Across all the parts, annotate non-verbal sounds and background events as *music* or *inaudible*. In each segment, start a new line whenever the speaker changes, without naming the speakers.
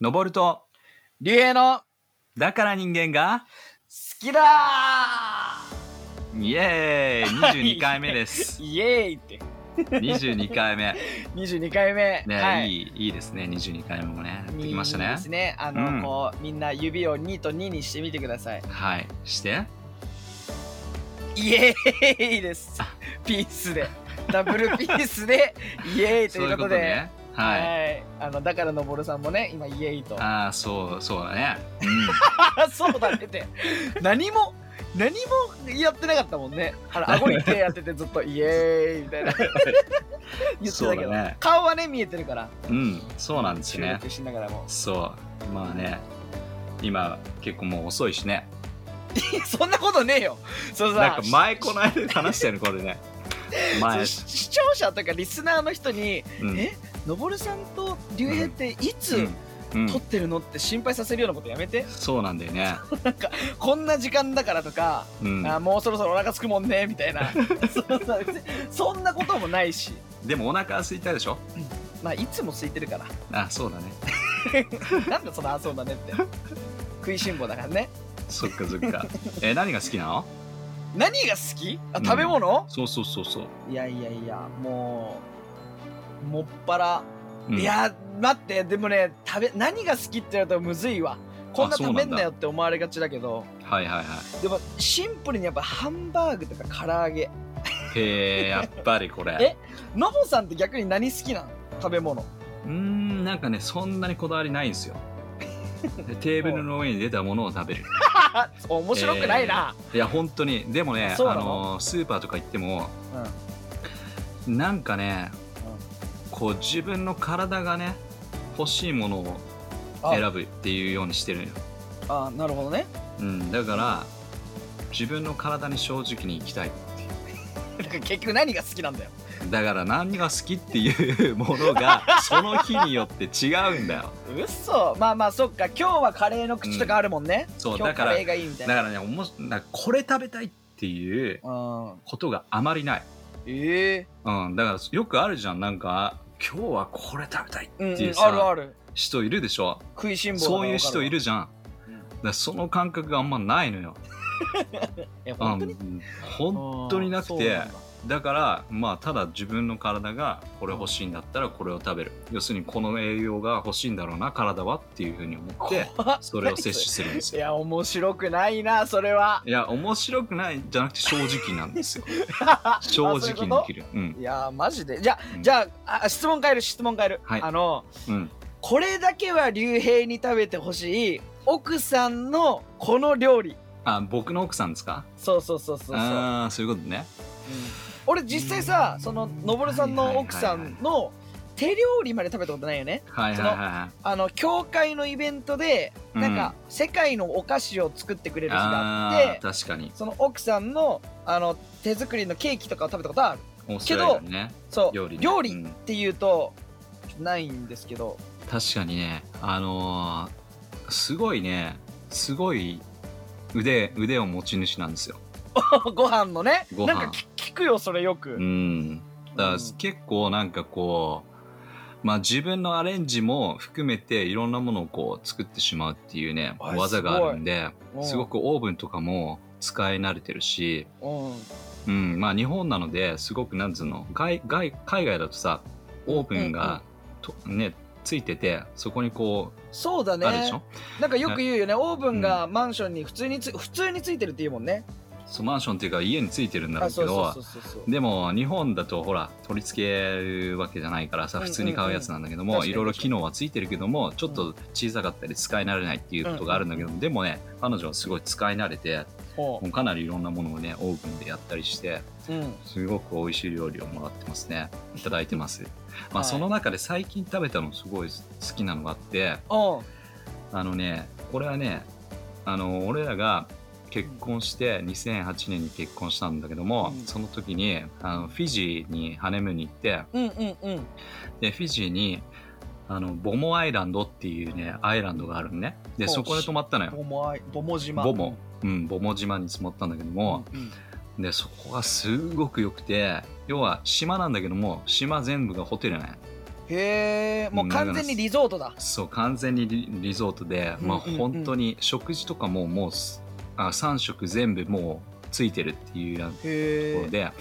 登ると
竜兵の好
だから人間が
きだ
イエーイ22回目で
*laughs*
す
イエーイって
22回目
22回目
ね、、
はい
いいいですね22回目もねやってきました
いい
ね
ですねあの、
うん
こうみんな指を2と2にしてみてください
はいして
イエーイです
あ
ピースでダブルピー
*laughs*
スでイエーイと
そう
い
いうう
こ
ことと
で
ねはい、
はいあのだからのぼるさんもね今イエーイと
あ
あ
あそうそうだね、
*laughs* そうだねって何も何もやってなかったもんねあの顎に手やっててずっとイエーイみた
*laughs*
いな
うん、
言って
そ
た
う
けど、
だね
顔はね見えてるから
うんそうなんです
収
よ
*laughs*
ね
録しながらも
そうまあね今結構もう遅いしね
*laughs* そんなことねえよそうさ
なんか前この間話したよねこれ
*laughs*
ね前、
し視聴者とかリスナーの人に
うん
えのぼるさんと竜兵っていつ
うんうん
撮ってるのって心配させるようなことやめて
そうなんだよね
こんな時間だからとか、
うん
あーもうそろそろお腹すくもんねみたい *laughs* なそうそう別にそんなこともないし
でもお腹空いたでしょ
まあいつも空いてるから
あそうだね
なんでそのあそうだねって食いしん坊だからね
そっかそっ *laughs* かえ何が好きなの
何が好きあ
うん
食べ物、
そうそうそうそう、
いやいやいやもうもっぱら、
うん
いや待ってでもね食べ何が好きって言われたらむずいわこんな
あそうな
食
んだ
べんなよって思われがちだけど
はいはいは
でもシンプルにやっぱハンバーグとか唐揚げ
いへえやっぱりこれ
*laughs* えのぼさんって逆に何好きなの食べ物
うーんなんかねそんなにこだわりないん
*laughs*
ですよでテーブルの上に出たものを食べる
あ面白くないな、
いや本当にでもね
そう
あ
なの
のスーパーとか行ってもなんかねこう自分の体がね欲しいものを
あ
選ぶっていうようにしてるのよ、
あなるほどね
うん、だから自分の体に正直に生きたいっていう
だから結局何が好きなんだよ
だから何が好きっていうもの
*laughs*
がその日によって違うんだよ
嘘まあまあそっか今日はカレーの口とかあるもんね、
そう
今日
だか
カ
ら
レーがいいみた
だ
いな
からねおもしなんかこれ食べたいっていう
うん
ことがあまりない、
ええ
うん、だからよくあるじゃんなんか今日はこれ食べたいって
うん、、
いううんさ、
あるある
人いるでしょ
食いしん坊なの
そういう人いるじゃんだか
分かるわ
らその感覚があんまないのよ、
うんいや
うん、
本当に、
本当になく
そう
て
んだ
だからまあただ自分の体がこれ欲しいんだったらこれを食べる要するにこの栄養が欲しいんだろうな体はっていうふうに思って
怖っ
それを摂取するんです
い
よ
や面白くないなそれはい *laughs*
や面白くないじゃなくて正直なんですよ正直に生きるうん
いやマジでじゃあ、
うん
じゃああ質問変える質問変える、
はい
あの
うん
これだけは竜兵に食べてほしい奥さんのこの料理
あ僕の奥さんですか
そうそうそうそうそう、うん
ああーそういうことね
俺実際さそののぼるさん
はい
の
はいはいはい
奥さんの手料理まで食べたことないよね
はいはいは
あの教会のイベントで
うん
なんか世界のお菓子を作ってくれ
い
る日があっ
あ
て
あ、ー確かに
その奥さんのあの手作りのケーキとかを食べたことある
オーストラリアにね
そう
料理ね
料理
うん
っていうとないんですけど
確かにねあのーすごいねすごい腕腕を持ち主なんですよ
*laughs* ご飯のね
ご飯
なんか聞聞くよそれよく、
うんだから
うん
結構なんかこう、まあ、自分のアレンジも含めていろんなものをこう作ってしまうっていうね
あ
技があるんで
うん
すごくオーブンとかも使い慣れてるし、
うん
うんまあ、日本なのですごくなんつうの外外海外だとさオーブンがと、ね、ついててそこにこ
そうだ
うあるでしょ、
ねなんかよく言うよねオーブンがマンションに普通につ普通についてるって言うもんね
そうマンションっていうか家についてるんだろ
あ
うけ
そう
ど
そうそうそう
でも日本だとほら取り付けるわけじゃないからさ
うんうんう
普
ん
通に買うやつなんだけど
確
も
かに
いろいろ機能はついてるけどもちょっと小さかったり使い慣れないっていうことがあるんだけどでもね彼女はすごい使い慣れて
ほ
もうかなりいろんなものをねオーブンでやったりして
ううん
すごく美味しい料理をもらってますねいただいてますまあ
はい
その中で最近食べたのすごい好きなのがあって
うん
あのねこれはねあの俺らが結婚して2008年に結婚したんだけども、
うん
その時にあのフィジーにハネムーンに行って
うんうんうん
でフィジーにあのボモアイランドっていうねアイランドがあるのねで
ほう
そこで泊まったのよ
ボモアイボモ島
ボモ、うん、ボモ島に泊まったんだけども、
うんうん
でそこがすごく良くて要は島なんだけども島全部がホテルね
へえもう完全にリゾートだ
そう完全にリリゾートで、まあ
うんうんうん
本当に食事とかももうすあ3食全部もうついてるっていうようなと
へ
ころ
え
で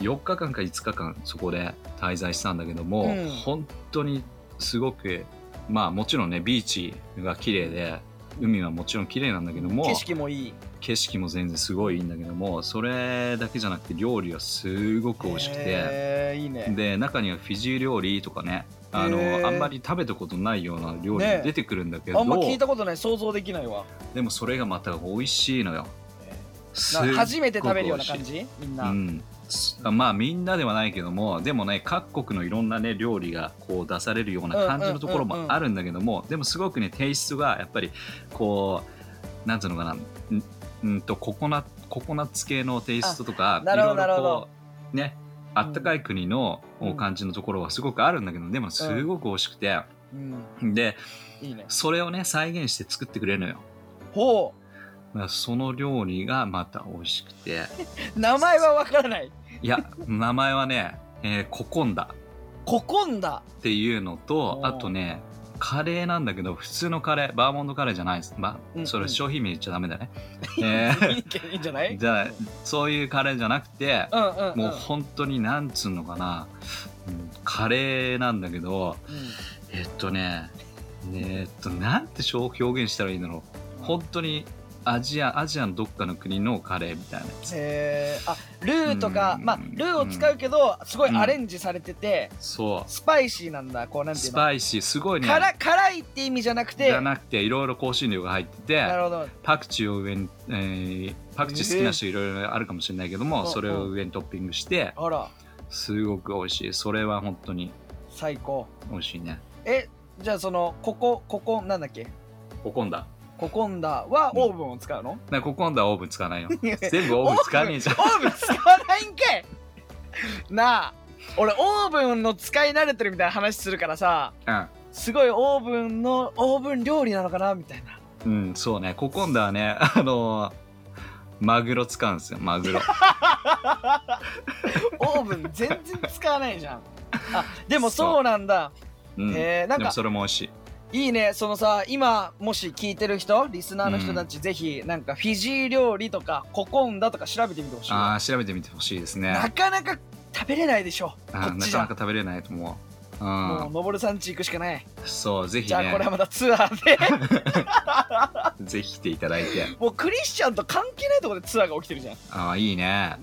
4日間か5日間そこで滞在したんだけども、
うん
本当にすごくまあもちろんねビーチが綺麗で海はもちろん綺麗なんだけども
景色もいい
景色も全然すごいいいんだけどもそれだけじゃなくて料理はすごく美味しくて
へえいいね
で中にはフィジー料理とかねあ
へ
の
ー
あんまり食べたことないような料理
ね
出てくるんだけ
あ
ど、
んま聞いたことない想像できないわ
でもそれがまた美味しいのよすっ
な
ごく
初めて食べるような感じみん
美
な、
味しいうんすあまあみんなではないけどもでもね各国のいろんなね料理がこう出されるような感じのところ
うんうんうん
も
うん
あるんだけどもでもすごくねテイストがやっぱりこうなんていうのかなんんとココナココナッツ系のテイストとか
あなるほど
いろいろ
なる
こうねあったかい国の
うん
感じのところはすごくあるんだけどでもすごく美味しくて
うん、
で
いいね
それをね再現して作ってくれるのよ。
ほ
まあその料理がまた美味しくて。
う名前はわからない
いや、名前はね、えーココンダ
ここんだ
っていうのと
お、ー
あとね、カレーなんだけど、普通のカレー、バーモントカレーじゃないです。ま
うんう、ん
それ商品名言っちゃダメだ
*laughs*
ね。えー
いいけいいんじゃな
*laughs*
い
じゃあ、そういうカレーじゃなくて、
うんうん、うん、
もう本当になんつうのかな、うんカレーなんだけど、
う
えっとね、えっと、なんて表現したらいいんだろう。
ん、
本当にアジア、アジアのどっかの国のカレーみたいなやつ。
へーあルーとか、
うん
まあルーを使うけどすごい
うん
アレンジされてて、
そう。
スパイシーなんだこうなんてい
ス
うの、
パイシーすごいね
辛辛いって意味じゃなくて
じゃなくていろいろ香辛料が入ってて
なるほど
パクチーを上に、えーパクチー好きな人いろいろあるかもしれないけども、
うん
それを上にトッピングして
あら
すごく美味しいそれは本当に
最高
美味しいね
えじゃあそのここここなんだっけ
ココンダ
ココンダはオーブンを使うの、
なココンダはオーブン使わ
*laughs*
ないよ
いや
全部オーブン使わねえじゃん
オーブン使わないんかいなあ俺オーブンの使い慣れてるみたいな話するからさすごいオーブンのオーブン料理なのかなみたい
*laughs*
な
うん、うん、そうねココンダはね *laughs* あのマグロ使うんですよマグロ
オーブン全然使わないじゃんあでも
そう
そうなんだ
うんで
えー、なん
も
か
それも美味しい
いいねそのさ今もし聞いてる人リスナーの人たち、ぜひなんかフィジー料理とかココンだとか調べてみてほしい
あ
わ
ー調べてみてほしいですね
なかなか食べれないでしょこ
あー
っ
な
ちじ
か
ゃ
なか食べれないと思う、うん
もう、のぼるさんち行くしかない
そうぜひ
じゃあ
ね
これはまたツアーで *laughs*
ぜひ来ていただいて
もうクリスチャンと関係ないところでツアーが起きてるじゃん
ああいいね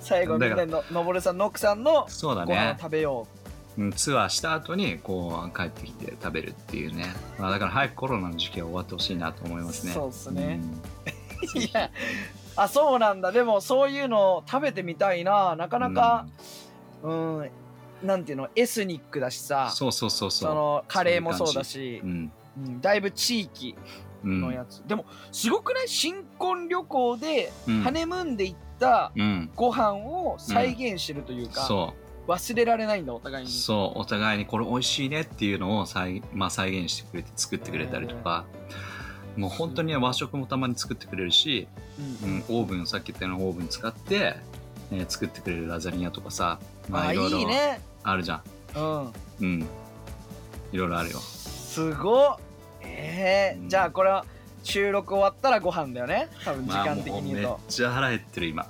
最後みんなののぼるさんの奥さんの
そうだ
ご飯を
ね
食べよ
うんツアーした後にこう帰ってきて食べるっていうね、まあ、だから早くコロナの時期は終わってほしいなと思いますね
そうっすねう、
うん
いやあそうなんだでもそういうの食べてみたいななかなか、うん、なんていうのエスニックだ
う
し
ん
さ
そうそうそう
そ
そう
のカレーもそうだし
うん
うんだいぶ地域
うん
のやつ、でもすごくない新婚旅行で
うん
ハネムーンで行った
うん
ご飯を再現してるというか、
そ
忘れられないんだお互いうに
そうお互いにこれ美味しいねっていうのを再,、まあ、再現してくれて作ってくれたりとか、もう本当にね和食もたまに作ってくれるし、
う
うんん、オーブンさっき言ったようなオーブン使って、えー作ってくれるラザニアとかさ、ま
あ
あ、いろいろ
いいね
あるじゃん
うん
うん。いろいろあるよ。
すごっえー
うん
じゃあこれは収録終わったらご飯だよね多分時
まあ
間
も
的
う
に
め
言う
っ
と、
ちゃ腹減ってる
*laughs*
今。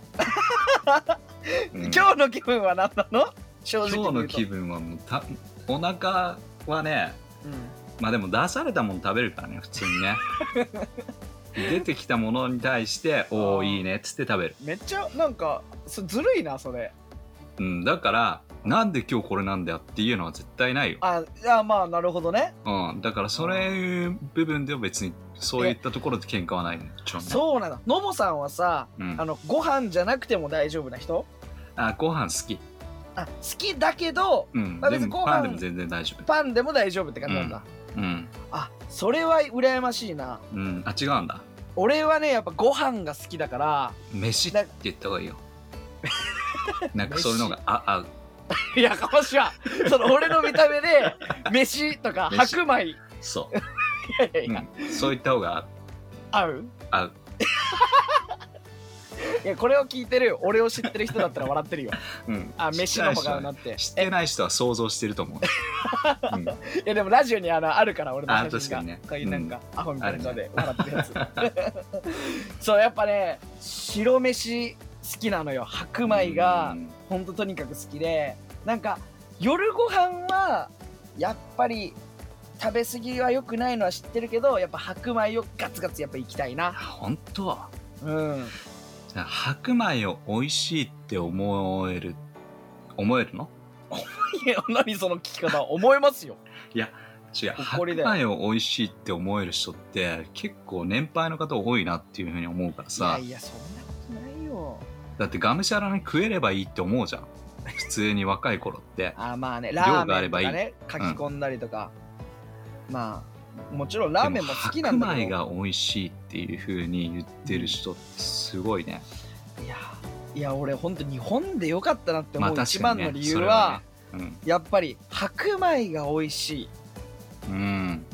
うん
今日の気分は何なの正直に
今日
言う
の
と
気分はもうたお腹はね、まあでも出されたもの食べるからね普通に
*laughs*
ね。出てきたものに対しておおいいねっつって食べる。
うんめっちゃなんかそずるいなそれ
うんだからなんで今日これなんだよっていうのは絶対ないよ。
あいやまあなるほどね
うんだからそれいう部分では別にそういったところで喧嘩はないね。もちろんね
そうなんだのぼさんはさ
うん
あのご飯じゃなくても大丈夫な人
あご飯好き。
あ好きだけど
うん。
まあ
で
別に
も
ご飯
パンでも全然大丈夫。
パンでも大丈夫って感じなんだ、
うん
あそれは羨ましいな
うんあ違うんだ。
俺はねやっぱご飯が好きだから
飯って言った方がいいよなんかそれの方があ合う
いやかましはその俺の見た目
*laughs*
で飯とか
飯
白米い
そ
やいや
う、
いうや
ん、そう言った方が
合う
合う
*laughs* いやこれを聞いてる俺を知ってる人だったら
*laughs*
笑ってるよ
うん、
あ飯の方
知って
が
な
ない
人は
って
知ってない人は想像してると
*laughs*
思う、うん
いやでもラジオにあのあるから俺の
あ
写真
確
が
かにね
こういうなんか、アホみたいな顔で笑ってるやつ、
*laughs*
そうやっぱね白飯好きなのよ白米が
うん
ほんととにかく好きでなんか夜ご飯はやっぱり食べ過ぎは良くないのは知ってるけどやっぱ白米をガツガツやっぱいきたい
あ
な
本当
うん
じゃあ白米を美味しいって思える思えるの
いや何その聞き方思いますよ
違う白
誇りだ
米を美味しいって思える人って結構年配の方多いなっていうふうに思うから
いや
さ
いやそんなことないよ
だってがむしゃらに食えればいいって思うじゃん普通に若い頃って
あまあね
量
ラー
があ
メ
れ
ンと
ばいい
かね書き込んだりとか、まあもちろんラーメンも好きなんだけ
で
ど
も白米が美味しいっていうふうに言ってる人ってすごいね
いやいや俺ほんと日本でよかったなって思う、一番の理由
そ
は
れね
やっぱり白米が美味し
うん、うん、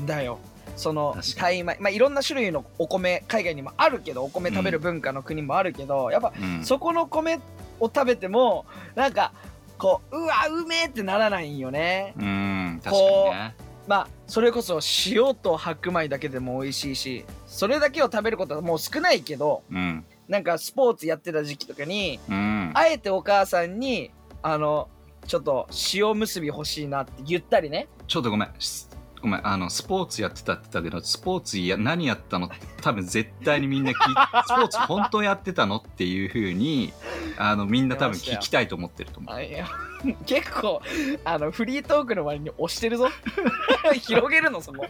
いんだよその
確か
タイ米まあいろんな種類のお米海外にもあるけどお米食べる文化の国もあるけど、やっぱ
うん
そこの米を食べてもなんかこううわうめえってならないんよね
うん確かにね
まあそれこそ塩と白米だけでも美味しいしそれだけを食べることはもう少ないけど
うん
なんかスポーツやってた時期とかに
うん
あえてお母さんにあのちょっと塩結び欲しいなって言ったりね
ちょっとごめん。しごめん、あの、スポーツやってたって言ったけど、スポーツや何やったのって多分絶対にみんな聞い *laughs* スポーツ本当やってたのっていうふうに、あの、みんな多分聞きたいと思ってると思う。
あいや *laughs* 結構あのフリートークの割に押してる
*laughs*
ぞ広げるのそこ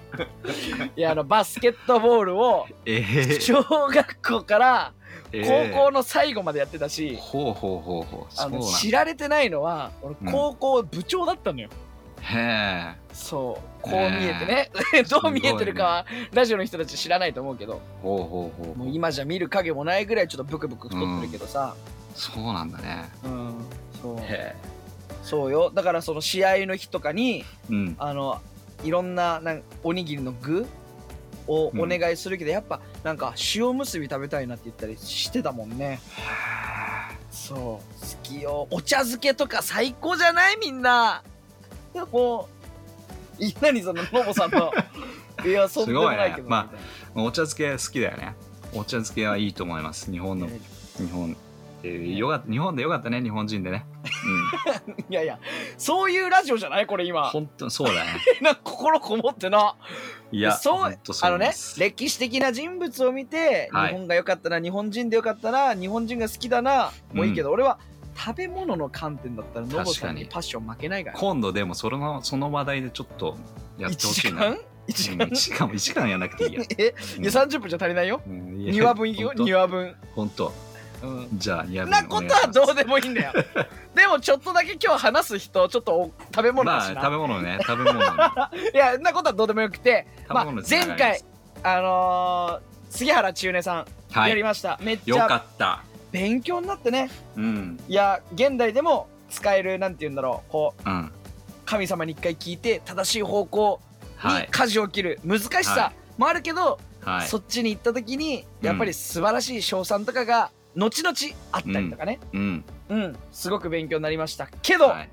いやあのバスケットボールを
ええ
小学校から
ええ
高校の最後までやってたし、
ほうほうほうほう。そ
あ
うな
の
ん
知られてないのは俺
うん
高校部長だったのよ、
へえ。
そうこう見えてね *laughs* どう見えてるかは、ラジオの人たち知らないと思うけど
ほうほうほう
も
ほ
う
う。
今じゃ見る影もないぐらいちょっとブクブク太ってるけどさ、
そうなんだね。
うんそう
へ
そうよだからその試合の日とかに
え。うん。
あのいろんななんおにぎりの具をお
うん
願いするけど、やっぱなんか塩むすび食べたいなって言ったりしてたもんねそう好きよお茶漬けとか最高じゃないみんなもういなにそのノボさん
*laughs*
のいやそんでもない
すご
けど
いねまお茶漬け好きだよね。お茶漬けはいいと思います。日本
み
の
たいな、
日本。えーよかった日本でよかったね、日本人で
*laughs*
ね。
いやいやそういうラジオじゃないこれ
うん。
今
本当そうだね。
*laughs* なんか心こもってないい
や、
そ
ほ
うん
とそ
あ
う
の
で
ね
す
歴史的な人物を見て、
はい
日本が良かったな日本人で良かったな日本人が好きだなもういいけど、俺は食べ物の観点だったらノボさん
確か
に
に
パッション負けないから
今度でもそのその話題でちょっとやって
1
ほし
時
いな。
間 ?1 時間、
うん一時間も一時間やんなくていいや。
*laughs* えいや30分じゃ足りないよ
うんいや
2話分いくよ
ほんと
2話分
ほんと。
うん
じゃあ2話分。
なことはどうでもいいんだよでもちょっとだけ今日話す人ちょっとお食べ物だ
まあ
しな、
食べ物ね、食
*laughs*
べ物ね。
いやなことはどうでもよくて、
食
ま
べ
あ
物、につなが
前
りま
回
す
あのー杉原千畝さん
は
やり
い。
ました、めっち
よか
ゃ
った。
勉強になってね
うん。
いや現代でも使えるなんて言うんだろうこう
うん。
神様に一回聞いて正しい方向
は
に
い。
舵を切る難し
は
さもあるけど、
はい。
そっちに行った時に
うん
やっぱり素晴らしい賞賛とかが後々あったりとかね
うん。
うん、すごく勉強になりましたけど、
はい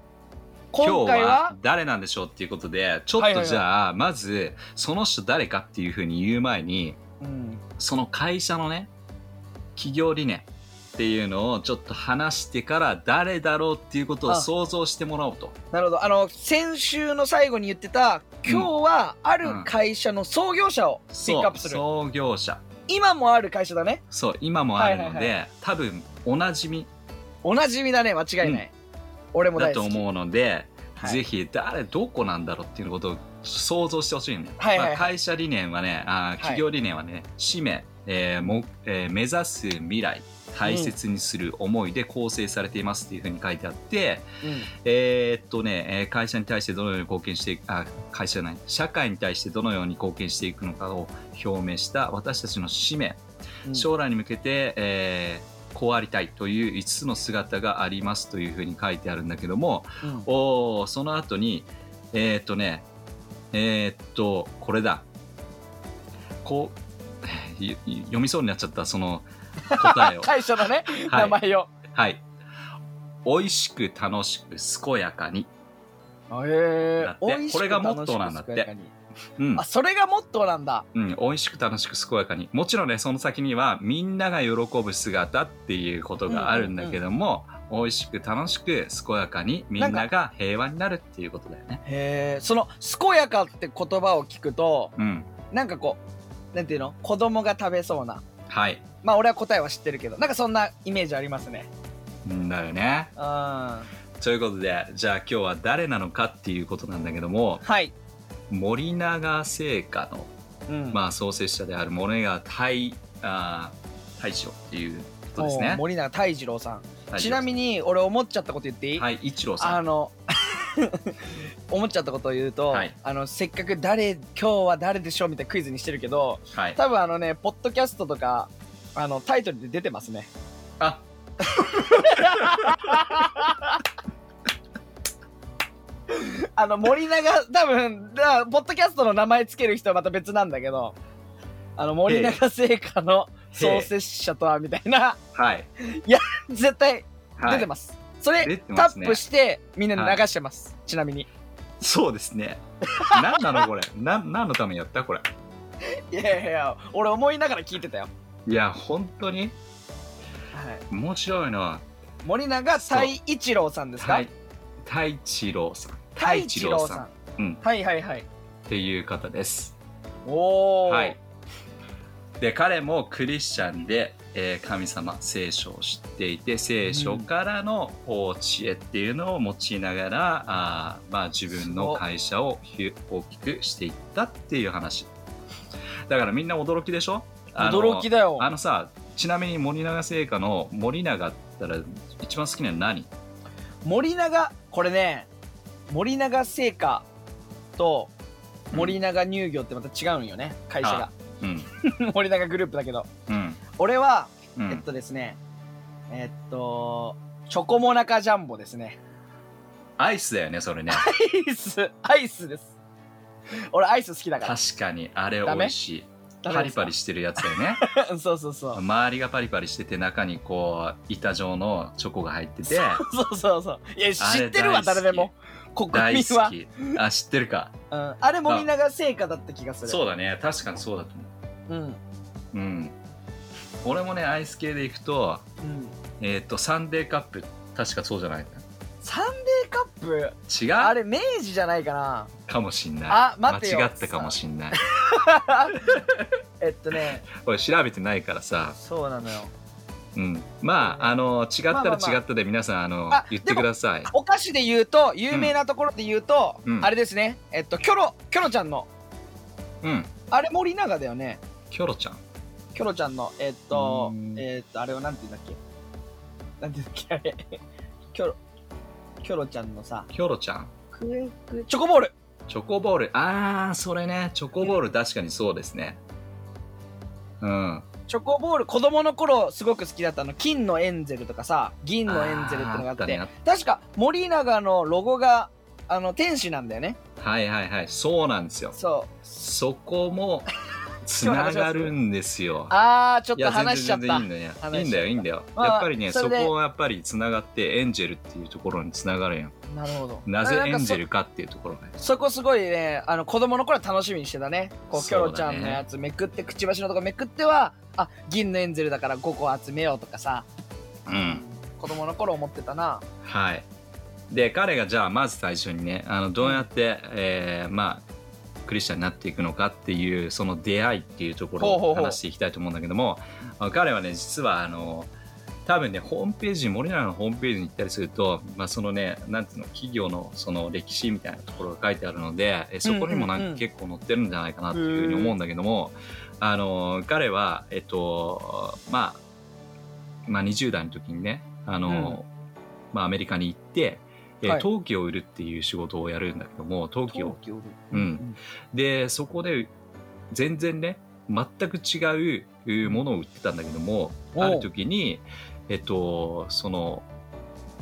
今
今
日
回
は
は
誰なんでしょうっていうことで、ちょっとじゃあ、まず、その人誰かっていうふうに言う前に、
うん
その会社のね企業理念っていうのをちょっと話してから誰だろうっていうことを
あ
想像してもらおうと
なるほどあの先週の最後に言ってた今日はある会社の創業者をピックアップする、
そう創業者
今もある会社だね
そう今もあるので、
はいは
多分おなじみ
おなじみだね間違いない、俺も
だ
大
と
好き
思うので、
はい
ぜひ誰どこなんだろうっていうことを想像してほしいんだよ、
はいはいはい
まあ会社理念はねあー企業理念はね、使命、えーもえー目指す未来大切にする思いで構成されていますっていうふうに書いてあって、
うん
えーっとね、えー会社に対してどのように貢献していく、あ、会社じゃない、社会に対してどのように貢献していくのかを表明した私たちの使命、
うん
将来に向けて、えーこうありたいという5つの姿がありますというふうに書いてあるんだけども、
うん
おーその後に、えーっとね、えーっ *laughs* と、これだ。こう、ゆゆ読みそうになっちゃった、その、答えを。
会社のね、
*laughs* はい
名前を。
はい。美味しく楽しく健やかに。
へ
だっ
え
て
美味しく
これがモットーなんだって
楽しく健やかに
うん
あ、。それがモットーなんだ。
うん。美味しく楽しく健やかに。もちろんね、その先には、みんなが喜ぶ姿っていうことがあるんだけども、美味しく楽しく健やかに、みんなが平和になるっていうことだよね。
へえその「健やか」って言葉を聞くと
うん。
なんかこうなんていうの子供が食べそうな
はい。
まあ俺は答えは知ってるけどなんかそんなイメージありますね
うんだよね。
うんは
ということで、じゃあ今日は誰なのかっていうことなんだけども、
い、
森永製菓の
うん
まあ、創設者であるモネが大あー大将っていうことです
もう
ね。
森永泰二郎さんちなみ
に、
に俺思っちゃったこと言っていい、
はい、一郎さ
あ
ん。
の *laughs* 思っちゃったことを言うと、
はい
あのせっかく誰今日は誰でしょうみたいなクイズにしてるけど
はい。
多分あのねポッドキャストとかあのタイトルで出てますね
あ
*laughs* あの森永多分だポッドキャストの名前つける人はまた別なんだけどあの森永製菓の創設者とはみたいな
はい。
絶対
はい
出てます、それ
出て
タ
ますね
ップしてみんなに流してます、ちなみに
そうですね。何なのこれ。な何のためにやったこれ。
いやいやいや俺思いながら聞いてたよ、
いや、本当に
はい、
面白いな。
森永泰一郎さんですか
大大一郎さん。
太一郎さん
太うん
はいはいはい
っていう方です。
おお、
はい。で彼もクリスチャンで、えー神様聖書を知っていて聖書からのお知恵っていうのを用いながら、あーまあ、自分の会社をひ大きくしていったっていう話だからみんな驚きでしょあの
驚きだよ
あのさちなみに森永製菓の森永ったら一番好きなの何
森永これね森永製菓と森永乳業ってまた違うんよね会社が
うん
*laughs* 森永グループだけど
うん
俺は、
う
えっ
ん
とですねえっとチョコモナカジャンボですね
アイスだよねそ
*laughs*
れね
アイスアイスです俺アイス好きだから
確かにあれ
ダメ
美味しいパリパリしてるやつだよね
リ *laughs* そうそうそう
周りがパリパリしてて中にこう板状のチョコが入ってて
そうそうそういや
あ
知
れ
ってるわ
大好
誰
き
でも国
大
民
好
は、
きあ知ってるか
うん、あれ森永製菓だった気がする
そうだね確かにそうだと思
うん
ううん俺もねアイス系でいくと
うん
えっ、とサンデーカップ確かそうじゃない
サンデーカップあ
違う
れ明治じゃないかな
かもしんない
あ待てよ
間違ったかもしんない
*laughs* えっとね
これ調べてないからさ、
そうなのよ
うん、まああの違った
まあま
ら
あまあ
違ったで皆さんあの、
あ
言ってください
お菓子で言うと有名なところで言うと、
うん
あれですねえっとキョロキョロちゃんの
うん
あれ森永だよね
キョロちゃん
キョロちゃんのえっと
うん
えっとあれはなんて言うんだっけなんて言うんだっけあれ *laughs* キョロキョロちゃんのさ
キョロちゃん
クエクチョコボール
チョコボールああそれねチョコボール確かにそうですねうん
チョコボール子供の頃すごく好きだったあの金のエンゼルとかさ銀のエンゼルってのが
あー
あって
あったねあっ
確か森永のロゴがあの天使なんだよね
はいはいはいそうなんですよ
そう
そこ
*laughs*
もつながるんですよ
あーちょ
い
っと
や全然
話しちゃっ
全然
た
いいんだよ
話しちゃった
いいんだよいいんだよ
まあ
やっぱりね
それ
そ
で
こをやっぱりつながってエンジェルっていうところにつながるやん
なるほど
なぜエンジェ
ル
ルかっていうところがね
そこすごいねあの子供の頃は楽しみにしてたねこうキ
そう
ョ
だね
ロちゃんのやつめくってくちばしのとこめくってはあ銀のエンゼルだから5個集めようとかさ
うん
子供の頃思ってたな
はいで彼がじゃあまず最初にねあのどうやって、えーまあクリスチャンになっていくのかっていうその出会いっていうところ
ほうほ
を
うほう
話していきたいと思うんだけどもあの彼はね実はあの多分ねホームページ森永のホームページに行ったりすると、まあ、そのねなんていうの企業のその歴史みたいなところが書いてあるのでえそこにもな
うんう
ん
んうん
か結構載ってるんじゃないかなっていうふうに思うんだけども、あの彼はえっとまあまあ、20代の時にねあの、まあ、アメリカに行って、えー
はい
陶器を売るっていう仕事をやるんだけども陶器を
器を売る
うんでそこで全然ね全く違ううーものを売ってたんだけども
おう
ある時にえっとその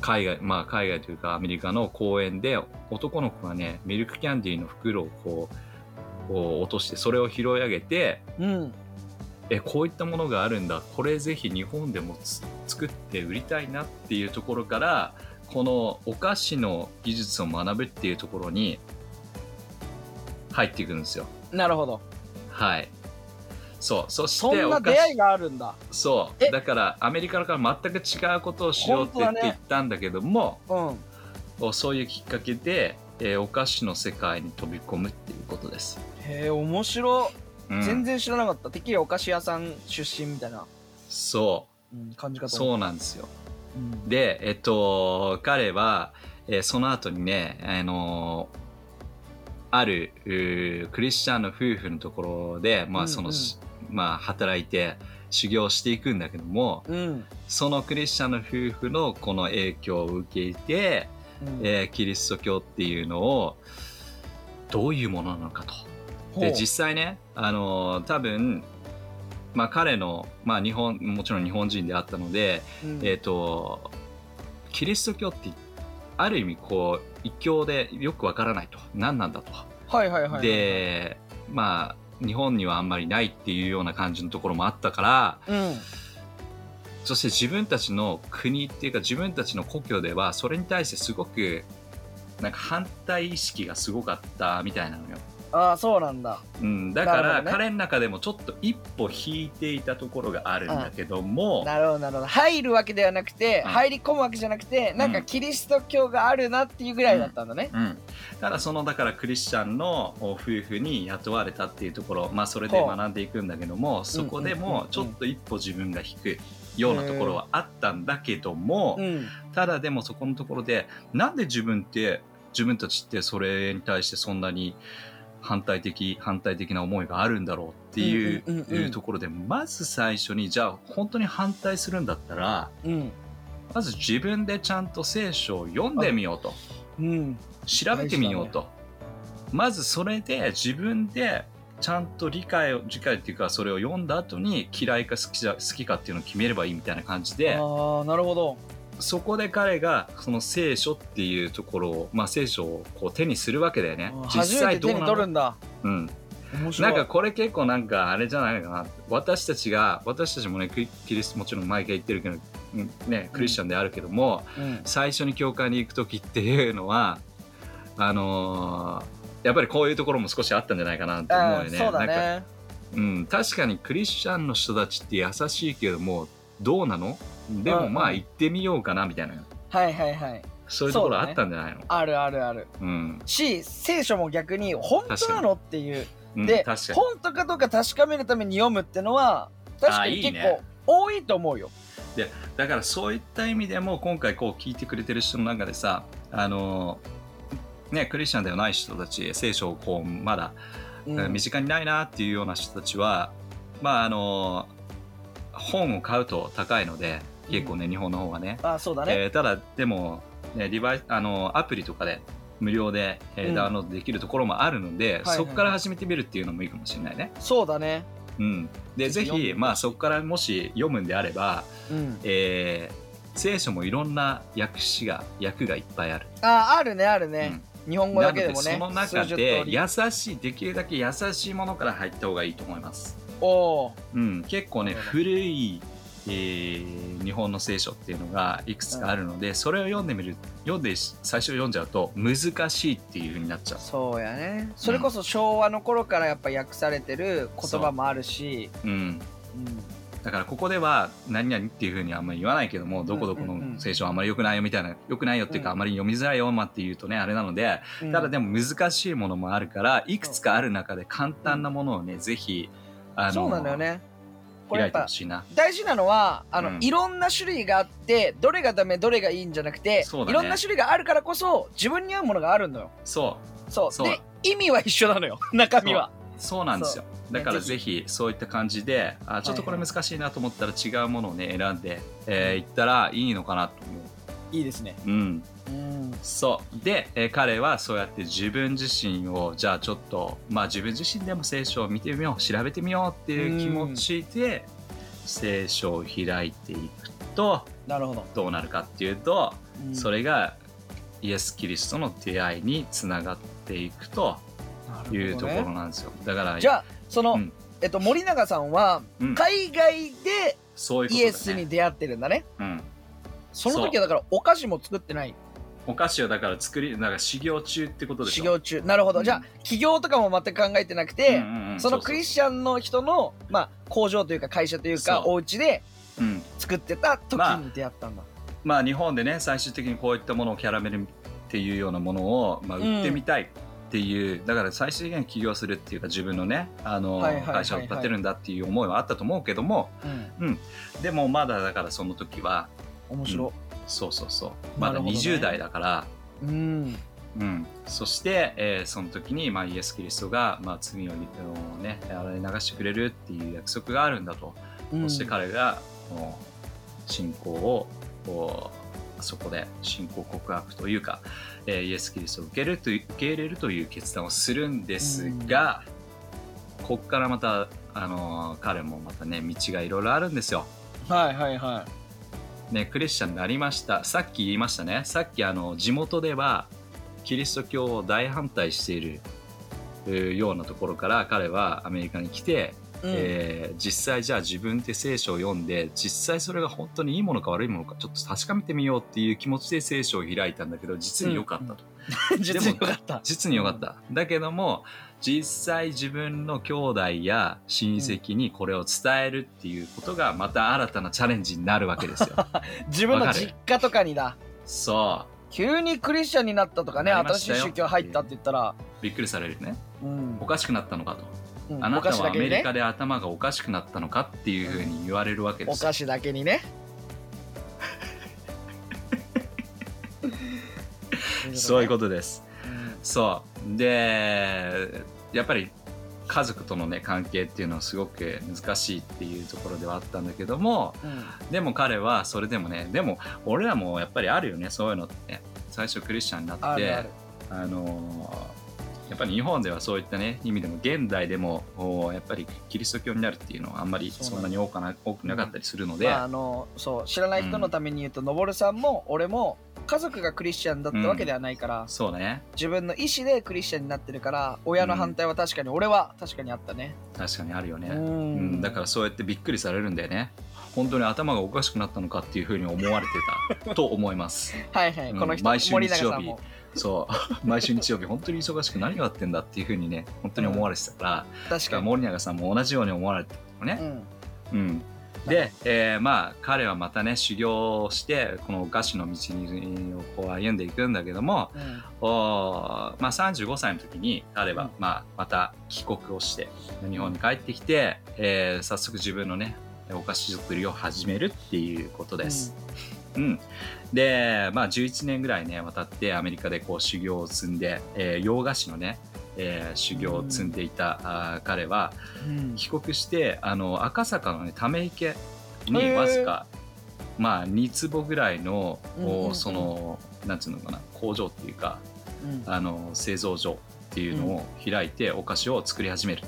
海外まあ海外というかアメリカの公園で男の子がねミルクキャンディーの袋をこうこう落としてそれを拾い上げて
うん
えこういったものがあるんだこれぜひ日本でもつ作って売りたいなっていうところからこのお菓子の技術を学ぶっていうところに入っていくんですよ
なるほど
はいそうそし
そ
て
んな
お菓
出会い
子
があるんだ
そ
え
うだからアメリカから全く違うことをしようって
本当
言
だ
っ
ね
て言ったんだけども、
うん
おそういうきっかけで、えーお菓子の世界に飛び込むっていうことです、
へえ面白
うん
全然知らなかったてっきりお菓子屋さん出身みたいな、
そ
うん、感じか
う
と思う
そうなんですよ
うん
で、えっと、彼は、えーその後にね、あのーあるうークリスチャンの夫婦のところで、ま
うん
あその
うん
しまあ、働いて修行していくんだけども
うん
そのクリスチャンの夫婦のこの影響を受けて、
うん
えーキリスト教っていうのをどういうものなのかと。
ほう
で実際ね、あのー多分、まあ、彼の、まあ、日本もちろん日本人であったので、
うん
えっ、とキリスト教ってある意味こう一教でよくわからないと何なんだと、
はいはいはいはい
でまあ日本にはあんまりないっていうような感じのところもあったから
うん
そして自分たちの国っていうか自分たちの故郷ではそれに対してすごくなんか反対意識がすごかったみたいなのよ、
ああそうなんだ
うん、だか
なる
ら、
ほどね
彼の中でもちょっと一歩引いていたところがあるんだけども、
なるほどなるほど入るわけではなくて、
うん
入り込むわけじゃなくてなんか
うん
キリスト教があるなっていうぐらいだったんだね、
うん、ただそのだからクリスチャンのお夫婦に雇われたっていうところ、まあ、それで
ほう
学んでいくんだけどもそこで
うんうんうんう
も
ん
ちょっと一歩自分が引くようなところはあったんだけども、
うん
ただでもそこのところでなんで自分って自分たちってそれに対してそんなに反対的反対的な思いがあるんだろうっていう,、
うんうんうんうん
ところでまず最初にじゃあ本当に反対するんだったら
うん
まず自分でちゃんと聖書を読んでみようと。
うん
調べてみようと、まずそれで自分でちゃんと理解を理解っていうかそれを読んだ後に嫌いか好きじゃ好きかっていうのを決めればいいみたいな感じで
ああなるほど
そこで彼がその聖書っていうところを、まあ、聖書をこう手にするわけだよね
初めて手に取る
の
んだ
うん、
面白
ないんかこれ結構なんかあれじゃないかな私たちが私たちもねクリキリスもちろん毎回言ってるけど、うんね、クリスチャンであるけども、
うん
最初に教会に行く時っていうのはあのーやっぱりこういうところも少しあったんじゃないかなと思うよ
あー
ね。
そうだ
なんか
ね
うん、確かにクリスチャンの人たちって優しいけどもどうなのでもま
う
あ
んうん
行ってみようかなみたいな、
はいはいはい
そういうところあったんじゃないのう,、
あるあるある
ん、
し聖書も逆に本当なのっていう
うん
で
確かに
本当かどうか確かめるために読むってのは確かに
あーいい
結
ね
構多いと思うよ
だからそういった意味でも今回こう聞いてくれてる人の中でさあのーねクリスチャンではない人たち聖書をこうまだ
うん
身近にないなっていうような人たちは、まああの本を買うと高いので結構ね、日本の方はね、
あーそうだね
えーただでも、ね、リバイあのアプリとかで無料で、えー
うん
ダウンロードできるところもあるので、
いはい
そこから始めてみるっていうのもいいかもしれないね。
そうだね
うん、で
ぜ
ぜ
ひ読んでみ
ひ、
て
まあ、そこからもし読むんであれば、
うん
えー聖書もいろんな訳詞が訳がいっぱいある。
あーあるねあるね、
うん
日本語
な
だ
の
けで
で
も
そ
ね
の中
数十
で
通り
優しいできるだけ優しいものから入った方がいいと思います。
おー
うん、結構ね
なるほ
古い、えー日本の聖書っていうのがいくつかあるので、それを読んでみる読んで最初読んじゃうと難しいっていう風になっちゃう、
そうやねそれこそ昭和の頃からやっぱ訳されてる言葉もあるし
うん、
うん
だからここでは何々っていう風にあんまり言わないけどもどこどこ
うんうんう
の
ん
聖書はあんまり良くないよみたいな良くないよっていうか、
うん
あんまり読みづらいよまあっていうとねあれなので、
うん
ただでも難しいものもあるからいくつかある中で簡単なものをね、ぜひあの
そうなのよねこれや
開
っ
いてほ
ぱ
しいな
大事なのはあの、
うん
いろんな種類があってどれがダメどれがいいんじゃなくて、
そうだ
い
ね
ろんな種類があるからこそ自分に合うものがあるのよ
そう
そう
そう
で意味は一緒なのよ中身は
そうなんですよ。だから
ぜ
ぜひそういった感じで、あちょっとこれ難しいなと思ったら違うものをね選んで、えーいったらいいのかなと思う。
いいですね
うん、
うん
そうで、えー彼はそうやって自分自身をじゃあちょっとまあ自分自身でも聖書を見てみよう調べてみようっていう気持ちで聖書を開いていくと
なるほど、
どうなるかっていうと、
うん
それがイエス・キリストの出会いにつながっていくと
なるほどね
いうところなんですよ。だから
じゃあその、
うん
えっと、森永さんは
うん、
海外で
そういうこと
イ
だ、ね、
エスに出会ってるんだね。
うん、
その時はだからお菓子も作ってない
お菓子をだから作りなんか修行中ってことでし
修
ょ
行中なるほど、
うん
じゃあ起業とかも全く考えてなくて、
うんうんうん
そのクリスチャンの人の、まあ、工場というか会社というか
そう
お家で
そうそううん
作ってた時
まあ
に出会ったんだ、
まあ日本でね最終的にこういったものをキャラメルっていうようなものを、まあ、売ってみたいっていう、だから最終的には起業するっていうか自分のねあの、
はいはいはいはい
会社を立てるんだっていう思いはあったと思うけどもでもまだだからその時は
うん面白
そうそうそうま
な
だ
るほどね
20代だから、
いうん
うん、そして、えーその時に、まあ、イエス・キリストが、まあ、罪を、あのね、洗い流してくれるっていう約束があるんだと、
うん
そして彼がこの信仰をこうそこで信仰告白というか、えーイエス・キリストを受けるという受け入れるという決断をするんですが、ここからまた、あのー彼もまたね道がいろいろあるんですよ。
はいはいは
ね、クリスチャンになりましたさっき言いましたねさっきあの地元ではキリスト教を大反対しているえーようなところから彼はアメリカに来て、
い、うん
えー実際じゃあ自分で聖書を読んで実際それが本当にいいものか悪いものかちょっと確かめてみようっていう気持ちで聖書を開いたんだけど実に良かったと、
*laughs* 実によかった
実に良かっただけども実際自分の兄弟や親戚にこれを伝えるっていうことがまた新たなチャレンジになるわけ
*laughs*
ですよ
自分の
わかる
実家とかにだ
そう
急にクリスチャンになったとかね
なりま
新
し
した
よ
い宗教入ったって言ったら、
びっくりされるね
うん
おかしくなったのかと、
うん
あな
お
た
菓子
はア
だけ
メ
に
リ
ね
カで頭がおかしくなったのかっていうふうに言われるわけで
お
すよ
菓子だけ
*laughs*
にね
そういう
と
ことですそうでやっぱり家族とのね関係っていうのはすごく難しいっていうところではあったんだけども
ね、うん
でも彼はそれでもねでも俺らもやっぱりあるよねそういうのってね最初クリスチャンになって
あるある、
あのーやっぱり日本ではそういったね意味でも現代でもおーやっぱりキリスト教になるっていうのはあんまり
そうなんです
そんなに多かな多くなかったりするので、
まあ、あのそう知らない人のために言うと、のぼるさんも俺も家族がクリスチャンだったわけではないから、
そうだね
自分の意思でクリスチャンになってるから親の反対は確かに、俺は確かにあったね
確かにあるよね、
う
うん
ん
だからそうやってびっくりされるんだよね本当に頭がおかしくなったのかっていうふうに思われて *laughs* たと思います
はいはい、
うん
この人
毎週
森永さんも
そう *laughs* 毎週日曜日本当に忙しく何があってんだっていうふうにね本当に思われてたから、
確
しか
か
も
に、
森永さんも同じように思われてたのね、
うん、
うん、で、えーまあ彼はまたね修行をしてこのお菓子の道にをこう歩んでいくんだけども
うん
おー、まあ、35歳の時に彼は、
うん
まあ、また帰国をして日本に帰ってきて、えー早速自分のねお菓子作りを始めるっていうことです。うんで、まあ、11年ぐらいね渡ってアメリカでこう修行を積んで、えー洋菓子のね、えー修行を積んでいた、あー彼は、
うん
帰国してあの赤坂のねため池
へ
に
ー
わずか、まあ2坪ぐらいの、
うんうんうん
そのなんつうのかな工場っていうか
うん
あの製造所っていうのを開いてお菓子を作り始める、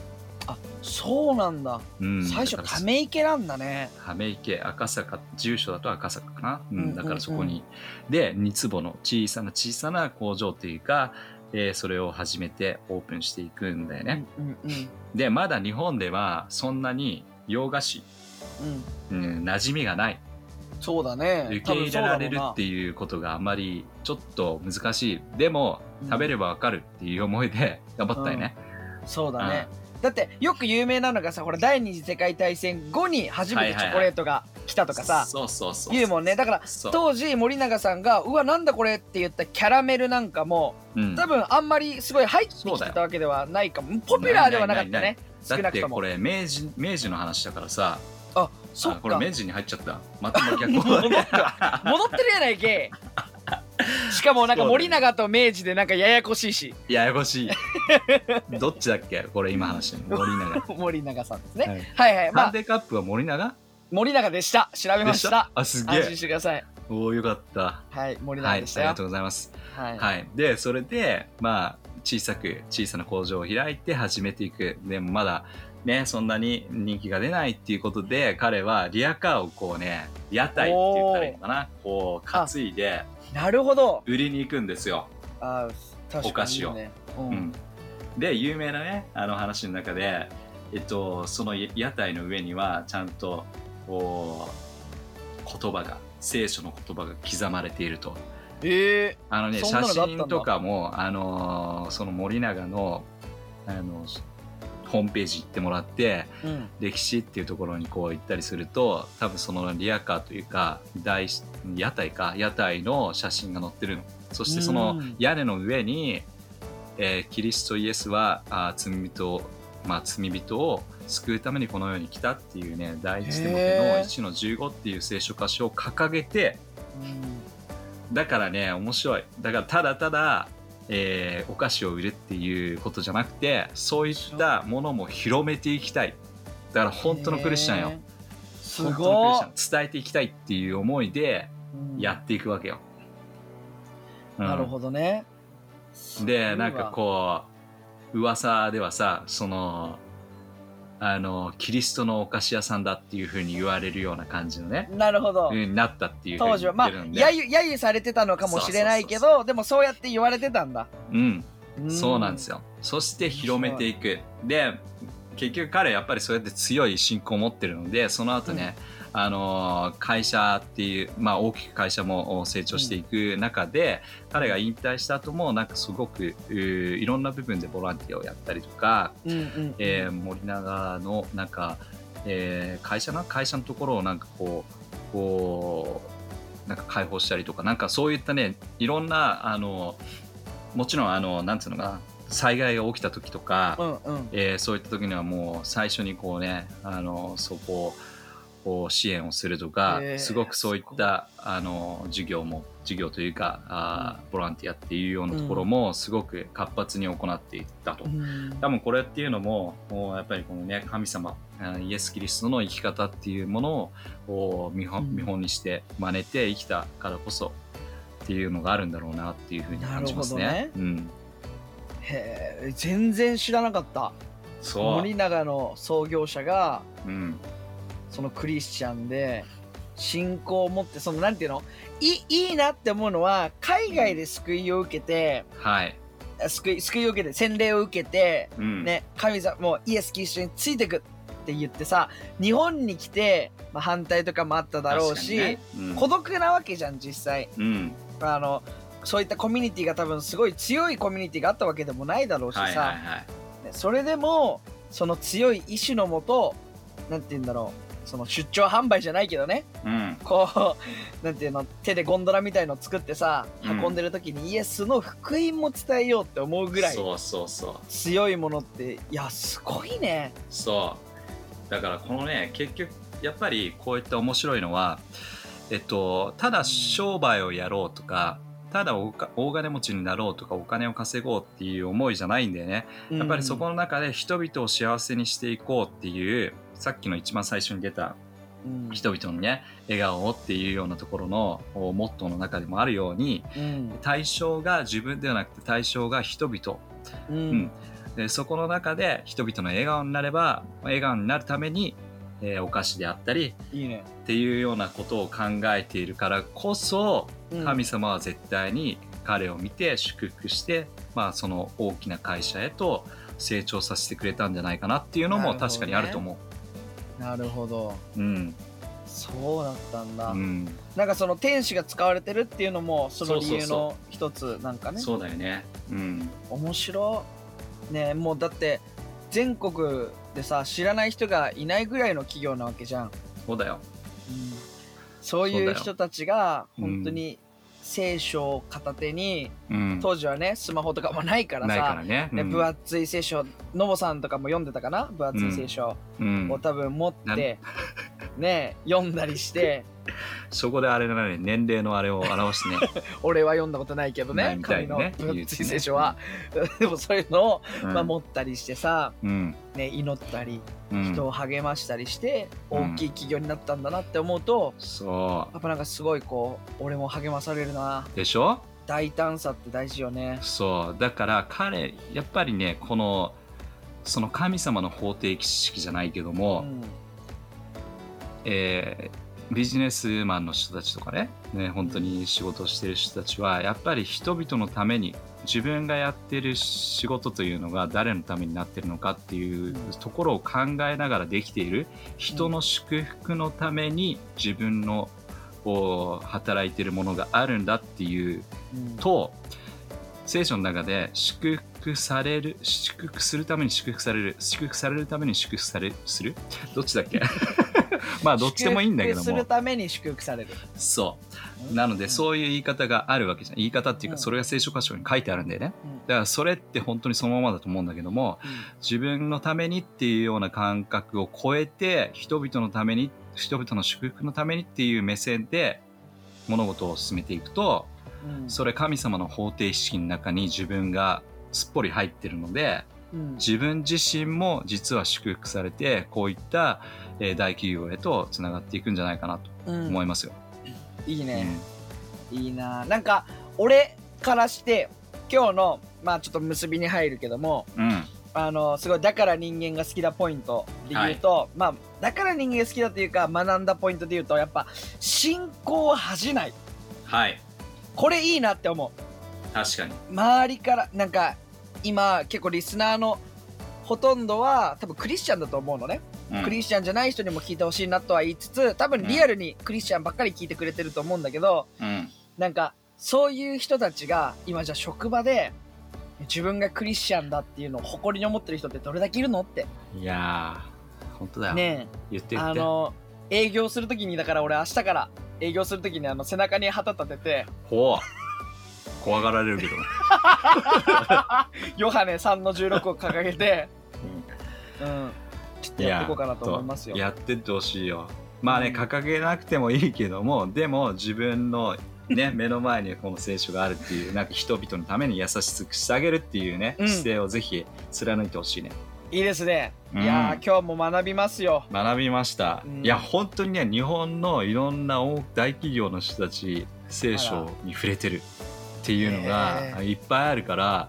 あそうなんだ、
うんだ
最初
から
ため池なんだね
ため池赤坂住所だと赤坂かな、うん
うんうんうん
だからそこにで2坪の小さな小さな工場っていうか、えーそれを始めてオープンしていくんだよね、
うんうん
でまだ日本ではそんなに洋菓子、
うん、うん、
うん、馴染みがない
そうだね
受け入れられるって
い
いうことがあまりちょっと難しいでも
うん
食べればわかるっていう思いで頑張ったよね、
うそうだね、だってよく有名なのがさほら第二次世界大戦後に初めてチョコレートが来たとかさ、
そうそうそう
言うもんねだから
そう
当時森永さんが「うわなんだこれ」って言ったキャラメルなんかも
うん
多分あんまりすごい入って
そう
き
だよ
てたわけではないかもポピュラーではなかった
ないない
ね少
だっ
なく
て
とも
これ明治明治の話だからさ
あそ
あ
っ
これ
か
明治に入っちゃったまた逆
戻 *laughs* った戻ってるやないけ
*laughs*
いしかもなんか
そうだね
森永と明治でなんかややこしいし
ややこしいどっちだっけこれ今話してるの森永
森永さんですね、
はい
はい、はいま
ハン
あ
デカップは森永
森永でした調べま
で
し
したたあすげ
安心
え
してください
おおよかった
はい森
は
永
い
でし
あ
た
り
よ
がとうございます
はい
はい、でそれで、まあ、小さく小さな工場を開いて始めていくでもまだ、ね、そんなに人気が出ないっていうことで彼はリアカーをこうね屋台って言ったらいいのかなこう担いで
なるほど
売りに行くんですよ。
あー確かにいいね
お菓子を
うん
うんで有名なねあの話の中でえっと、その屋台の上にはちゃんとこう言葉が聖書の言葉が刻まれていると
え
あのね
そんな
写
のがあったんだ
真とかもあのーその森永のあのホームページ行ってもらって
えうん
歴史っていうところにこう行ったりすると多分そのリアカーというか大し屋台か屋台の写真が載ってるのそしてその
うん
屋根の上に、えーキリストイエスはあー罪人を、まあ、罪人を救うためにこの世に来たっていうね第一テモテ
へ
の
ー
1の15っていう聖書箇所を掲げてだからね面白いだからただただ、えーお菓子を売るっていうことじゃなくてそういったものも広めていきたいだから本当のクリスチャンよ
へえす
本当のクリ
ご
ス
い
チャン伝えていきたいっていう思いでやっていくわけよ、
うんなる
ど
ほどね
でなんかこう噂ではさそのあのキリストのお菓子屋さんだっていうふうに言われるような感じのね
うなるほど、
風になったっていうふう
当
に
時
言
は
っ
まあ
てるんで、
揶揄揶揄されてたのかもしれないけ
そ
どでもそうやって言われてたんだ
うん、そうなんです
よ
よそして広めていくで結局彼はやっぱりそうやって強い信仰を持ってるのでその後ね、あのー会社っていう、まあ、大きく会社も成長していく中で、彼が引退した後もなんかすごくうーいろんな部分でボランティアをやったりとか
うんうん
えー森永のなんか、えー会社な会社のところをなんかこうこうなんか開放したりとかなんかそういったねいろんなあのもちろんあのなんていうのかな災害が起きた時とか、
うんうん
えーそういった時にはもう最初にこうねあのそこをこう支援をするとか、
へー
すごくそういったあの授業も授業というかあーボランティアっていうようなところもすごく活発に行っていったと。
うん
多分これっていうのももうやっぱりこのね神様あイエス・キリストの生き方っていうものをこう見
う
本
ん
見本にして真似て生きたからこそっていうのがあるんだろうなっていうふうに感じますね。
なるほ
うん、
へえ全然知らなかった
そう、
森永の創業者が
うん、
そのクリスチャンで信仰を持ってそのなんていうのいいいなって思うのは海外で救いを受けて、
はい、
救い救いを受けて洗礼を受けて、
うん
ね、神様もうイエス・キリストについてくって言ってさ日本に来て、まあ、反対とかもあっただろうし、
確かにね
孤独なわけじゃん実際
うんうん
あのそういったコミュニティが多分すごい強いコミュニティがあったわけでもないだろうしさ、
はいはいはい
ねそれでもその強い意志のもとなんて言うんだろうその出張販売じゃないけどね
うん
こうなんていうの手でゴンドラみたいの作ってさ
うん
運んでる時に、イエスの福音も伝えようって思うぐらい
そうそうそう
強いものっていやすごいね
そうだからこのね結局やっぱりこういった面白いのはえっとただ商売をやろうとかただおか大金持ちになろうとかお金を稼ごうっていう思いじゃないんだよねやっぱりそこの中で人々を幸せにしていこうっていうさっきの一番最初に出た
うん、
人々のね笑顔をっていうようなところのおモットーの中でもあるように
うん
対象が自分ではなくて対象が人々
うん
うんでそこの中で人々の笑顔になれば笑顔になるために、えーお菓子であったり
いいね、
っていうようなことを考えているからこそ
うん
神様は絶対に彼を見て祝福して、まあ、その大きな会社へと成長させてくれたんじゃないかなっていうのも
なるほどね
確かにあると思
なるほど
う。うん
そうだったんだ、
うん
なんかその天使が使われてるっていうのもその理由
そう
の一つなんかね
そうだよね。うん
面白いねえもうだって全国でさ知らない人がいないぐらいの企業なわけじゃん、
そうだよ。
そ
そ
う
う
い
だ
う
よ
人たちが
うん
本当に聖書を片手に、
うん、
当時はねスマホとかもないからさ
ないからね。
ね、
うん
分厚い聖書のぼさんとかも読んでたかな分厚い聖書
うん
を多分持って、 *laughs* ねえ読んだりして
そこであれだね年齢のあれを表してね。
俺は読んだことないけど
ない
ね
みたい
紙
な
の
ね
分厚い聖書は *laughs* でもそういうのを、
うん
*laughs* まあ、持ったりしてさ、
うん
ね、祈ったり
うん
人を励ましたりして
うん
大きい企業になったんだなって思うと、
そ
やっぱなんかすごいこう俺も励まされるな
うでしょ
大胆さって大事よね
そうだから彼やっぱりねこのその神様の方程式じゃないけど
う
も、
ん
えービジネスマンの人たちとかねね本当に仕事をしてる人たちはやっぱり人々のために自分がやってる仕事というのが誰のためになってるのかっていうところを考えながらできている人の祝福のために自分のこう働いてるものがあるんだっていう
うん
と聖書の中で祝福される祝福するために祝福される祝福されるために祝福されするどっちだっ
*laughs*
けまあどっちでもいいんだけど
祝福する
も
ために祝福される。
そうなのでそういう言い方があるわけじゃん言い方っていう
う
か
ん
それが聖書箇所に書いてあるんだよね
うん。
だからそれって本当にそのままだと思うんだけども自分のためにっていうような感覚を超えて人々のために人々の祝福のためにっていう目線で物事を進めていくと
うん
それ神様の方程式の中に自分がすっぽり入ってるので
うん
自分自身も実は祝福されてこういったえー大企業へとつながっていくんじゃないかなと
うん
思いますよ。
いい
うん
ね、いいななんか俺からして今日のまあちょっと結びに入るけども
うん
あのすごいだから人間が好きだポイントで言うと、まあだから人間が好きだというか学んだポイントで言うとやっぱ信仰は恥じない
はい
これいいなって思う
確かに。
周りからなんか今結構リスナーのほとんどは多分クリスチャンだと思うのね、
うん
クリスチャンじゃない人にも聞いてほしいなとは言いつつ多分リアルにクリスチャンばっかり聞いてくれてると思うんだけど
うん
なんかそういう人たちが今じゃあ職場で自分がクリスチャンだっていうのを誇りに思ってる人ってどれだけいるのって
いやー本当だよ、
ね
言って
え
言っ
あ
て。
の営業するときにだから俺明日から営業するときにあの背中に旗立てて
ほう怖がられるけ *laughs* ど。
ヨハネ3の16を掲げて、うん、ちょっとやっていこうかなと思いますよ。
やってってほしいよまあね、
うん
掲げなくてもいいけどもでも自分のね *laughs* 目の前にこの聖書があるっていうなんか人々のために優しくしてあげるっていうね、
うん
姿勢をぜひ貫いてほしいね
いいですね。い
うん
やー今日も学びますよ。
学びました、
うん
いや本当にね日本のいろんな大大企業の人たち聖書に触れてるっていうの
へ
がいっぱいあるから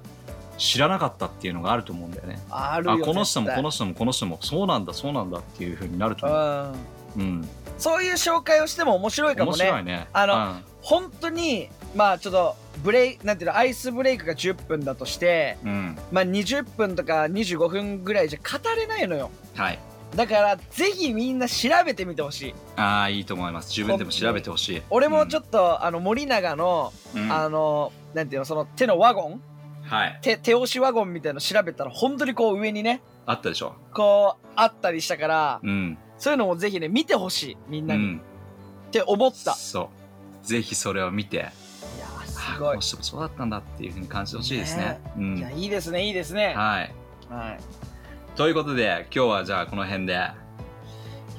知らなかったっていうのがあると思うんだよね
あるよ
あこの人もこ
の
の人もこの人もそうなんだそうなんだっていうふうになると思う、
うん、
うん、
そういう紹介をしても面白いか
面
もね。
白いね
あの
うん
本当にまあちょっとブレイなんていうのアイスブレイクが10分だとして、
うん、
まあ20分とか25分ぐらいじゃ語れないのよ。
はい。
だからぜひみんな調べてみてほしい。
ああ、いいと思います。自分でも調べてほしい。
俺もちょ
っ
っと、あの森永の、
と、うん
あのなんていうのその手のワゴン
はい。
手手押しワゴンみたいの調べたら本当にこう上にね
あったでしょ。
こうあったりしたから、
うん。
そういうのもぜひね見てほしいみん
う
なに、っ
ん。
て思った。
そう。ぜひそれを見て、
いやー
あ
す
ー
ご
こ
い
の。人もそうだったんだっていうふうに感じてほしいですね。う
いや、
ん。
いいですね、いいですね。
はい。
は
ということで、今日はじゃあこの辺で、
い。よ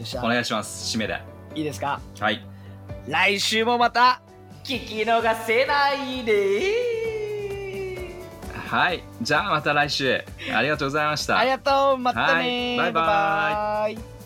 っし
お
ゃ、
願いします。締めで。
いいですか
はい。
来週もまた、聞き逃せないで
はい。じゃあまた来週。ありがとうございました。
ありがとう、またね
はいバイバ
イ。